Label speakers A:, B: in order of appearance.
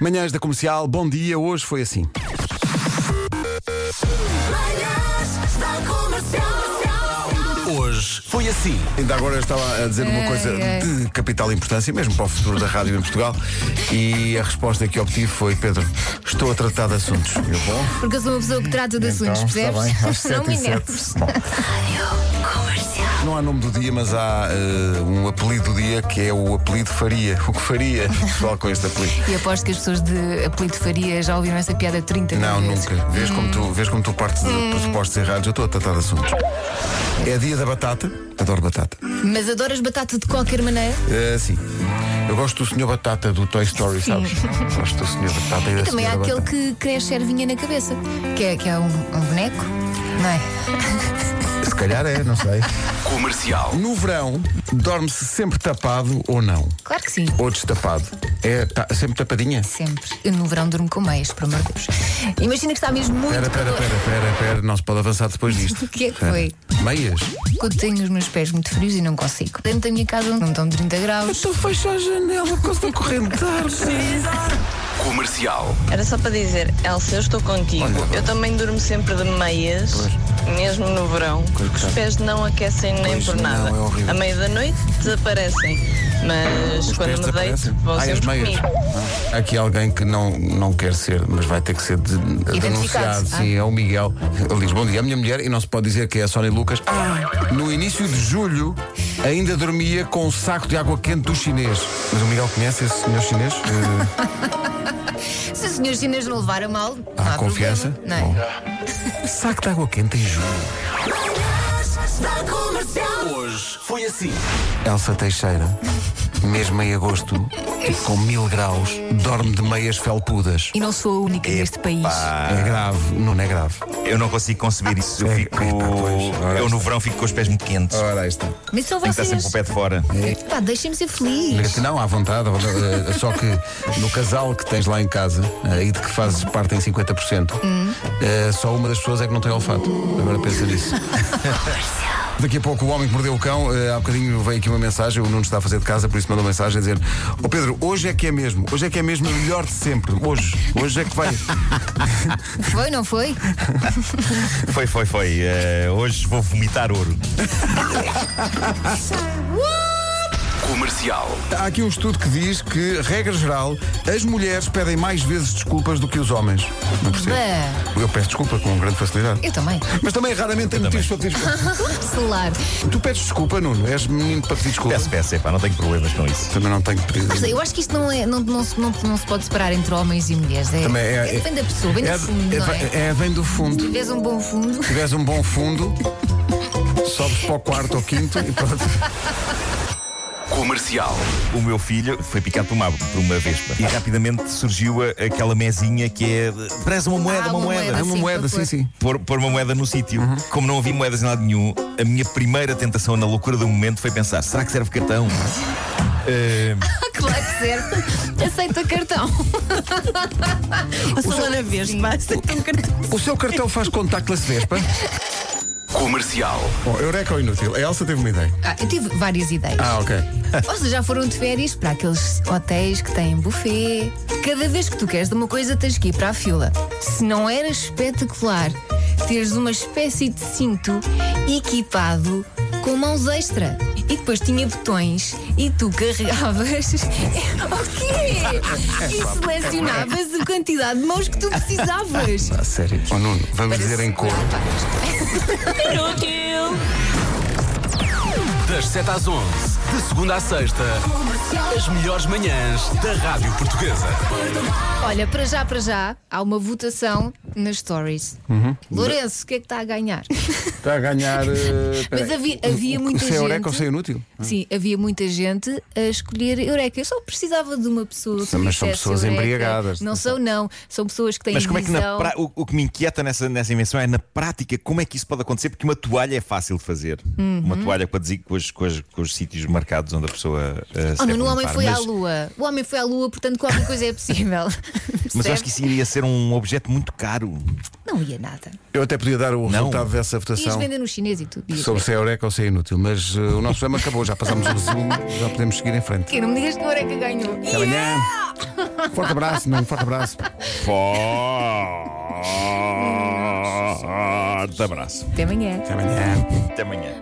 A: Manhãs da Comercial, bom dia, hoje foi assim.
B: Manhãs da Comercial.
C: Hoje foi assim.
D: Ainda agora eu estava a dizer uma
E: Ai,
D: coisa
E: ai.
D: de capital importância, mesmo para o futuro da rádio em Portugal, e a resposta que obtive foi: Pedro, estou a tratar de assuntos. Eu vou.
E: Porque eu sou uma pessoa que trata de assuntos,
D: Então, está
E: percebes?
D: bem, às
E: não
D: 7
E: me
D: e 7.
E: enganes.
D: Bom,
B: Comercial.
D: não há nome do dia, mas há eh, um apelido do dia que é o apelido Faria. O que faria o pessoal com este apelido?
E: E aposto que as pessoas de apelido Faria já ouviram essa piada 30 mil
D: Não,
E: vezes.
D: nunca. Vês como tu, vês como tu partes de
E: Hum.
D: pressupostos errados. Eu estou a tratar de assuntos. É dia da batata. Adoro batata.
E: Mas adoras batata de qualquer maneira?
D: Eh, sim. Eu gosto do Senhor Batata do Toy Story, sabes? Gosto do Senhor Batata e da
E: Também há
D: Senhora
E: aquele
D: Batata.
E: que cresce ervinha na cabeça, que é, que é um, um boneco, não é?
D: Se calhar é, não sei.
C: Comercial.
D: No verão, dorme-se sempre tapado ou não?
E: Claro que sim.
D: Ou destapado? É ta- sempre tapadinha?
E: Sempre. Eu no verão durmo com meias, por amor de Deus. Imagina que está mesmo muito.
D: Pera, pera,
E: calor.
D: pera, pera, pera, não se pode avançar depois disto.
E: O que é que foi?
D: Pera. Meias?
E: Quando tenho os meus pés muito frios e não consigo. Dentro da minha casa não estão 30 graus.
D: Então fecha a janela, porque estou a correntar.
C: Comercial.
F: Era só para dizer, Elsa, eu estou contigo.
D: Olha.
F: eu também durmo sempre de meias, mesmo no verão. Os pés não aquecem nem
D: Pois,
F: por
D: não,
F: nada.
D: é horrível.
F: à meia da noite desaparecem, mas
D: Pés
F: quando me deito,
D: desaparecem.
F: vão
D: Ai, as
F: sempre
D: meias.
F: comigo.
D: Ah. Há Aqui alguém que não, não quer ser, mas vai ter que ser de- denunciado.
E: Identificado.
D: Sim, é o Miguel. Ele diz: Bom dia, a minha mulher, e não se pode dizer que é a Sónia Lucas. No início de julho, ainda dormia com um saco de água quente do chinês. Mas o Miguel conhece esse senhor chinês? Eh,
E: Se os senhores chineses não levaram mal, não
D: há
E: há
D: confiança?
E: Problema, não é?
D: Bom. Saco de água quente em julho.
B: Manhãs da Comercial.
C: Hoje foi assim.
D: Elsa Teixeira, mesmo em agosto, tipo, com mil graus, dorme de meias felpudas.
E: E não sou a única neste país.
D: É grave, não é grave.
G: Eu não consigo conceber isso. Eu
D: É,
G: fico.
D: é, pá, pois, ora
G: Eu no verão fico com os pés muito quentes.
D: Ora, aí está.
E: Mas são
G: Tenho que estar
E: vocês.
G: sempre o pé de fora.
E: Pá, deixem-me ser feliz.
D: Negati- Não, à vontade, à vontade. Eh, Só que no casal que tens lá em casa eh, e de que fazes parte em 50%, eh, só uma das pessoas é que não tem olfato. Agora pensa nisso. Daqui a pouco o homem que mordeu o cão, eh, há bocadinho veio aqui uma mensagem, o Nuno está a fazer de casa, por isso mandou mensagem a dizer: Ó Pedro, hoje é que é mesmo, hoje é que é mesmo o melhor de sempre, hoje, hoje é que vai.
E: Foi, não foi?
D: É.
G: Foi, foi, foi. Eh, hoje vou vomitar ouro.
C: Comercial.
D: Há aqui um estudo que diz que, regra geral, as mulheres pedem mais vezes desculpas do que os homens. Não percebo.
E: Bah,
D: Eu peço desculpa com grande facilidade.
E: eu também.
D: Mas também raramente tem motivos para pedir desculpa.
E: Claro.
D: tu pedes desculpa, Nuno? És menino para pedir desculpa?
G: Peço, peço, epá, não tenho problemas com isso.
D: Também não tenho que pedir.
E: Mas Eu acho que isto não, é, não, não, se- não, não se pode separar entre homens e mulheres. É,
D: Também é-
E: depende da pessoa, bem
D: É,
E: do fundo, não é?
D: é- é bem do
E: Se
D: fundo.
E: tiveres um bom fundo,
D: Se tiveres um bom fundo, sobes para o quarto ou quinto e pronto.
E: Assim,
C: Comercial.
G: O meu filho foi picado por uma, por uma vespa. E rapidamente surgiu a- aquela mesinha que é. de- Parece uma moeda,
E: Ah,
G: uma,
E: uma
G: moeda.
E: moeda.
D: É uma
E: Sim,
D: moeda,
E: por favor.
D: sim, sim.
G: Pôr, pôr uma moeda no sítio.
D: Uhum.
G: Como não havia moedas em lado nenhum, a minha primeira tentação na loucura do momento foi pensar: será que serve cartão? Eh,
E: claro que serve. Aceita cartão.
D: O seu cartão faz contactless Vespa?
C: Comercial.
D: Bom, Eureka ou inútil? A Elsa teve uma ideia.
E: Ah, eu tive várias ideias.
D: Ah, ok.
E: Ou seja, já foram de férias para aqueles hotéis que têm buffet. Cada vez que tu queres de uma coisa, tens que ir para a fila. Se não era espetacular teres uma espécie de cinto equipado com mãos extra. E depois tinha botões e tu carregavas. o quê? E selecionavas a quantidade de mãos que tu precisavas.
D: A sério. Oh, Nuno, vamos dizer em cor.
C: Das 7 às 11. De segunda à sexta. As melhores manhãs da Rádio Portuguesa.
E: Olha, para já, para já, há uma votação nas stories.
D: Uhum.
E: Lourenço, o que é que está a ganhar?
D: Está a ganhar. eh, espera
E: Mas
D: aí.
E: havia, havia muita
D: Se é
E: gente.
D: Eureka ou se é inútil?
E: Sim, havia muita gente a escolher Eureka. Eu só precisava de uma pessoa. que
D: Sim, mas são
E: dissesse
D: pessoas
E: Eureka.
D: embriagadas.
E: Não são, não. São pessoas que têm
G: Mas como é que na
E: visão.
G: pra... o, o que me inquieta nessa, nessa invenção é na prática como é que isso pode acontecer? Porque uma toalha é fácil de fazer.
E: Uhum.
G: Uma toalha com, a desi- com os, com as- com os sítios marcados onde a pessoa. Uh, se
E: Oh,
G: deve
E: Nuno, o homem
G: limpar.
E: foi
G: mas,
E: à Lua. O homem foi à Lua, portanto qualquer coisa é possível.
G: Mas eu acho
E: Percebe?
G: que isso iria ser um objeto muito caro.
E: Não ia nada.
D: Eu até podia dar o resultado dessa
E: Ias
D: votação.
E: vender no chinês e tudo. Ias
D: Sobre
E: ver.
D: se é eureka ou se é inútil, mas eh, o nosso programa acabou, já passámos o resumo, já podemos seguir em frente.
E: Que não me digas que o Eureka ganhou.
D: Até amanhã. Forte abraço, não, forte abraço.
G: Forte abraço.
E: Até amanhã.
D: Até amanhã.
G: Até amanhã.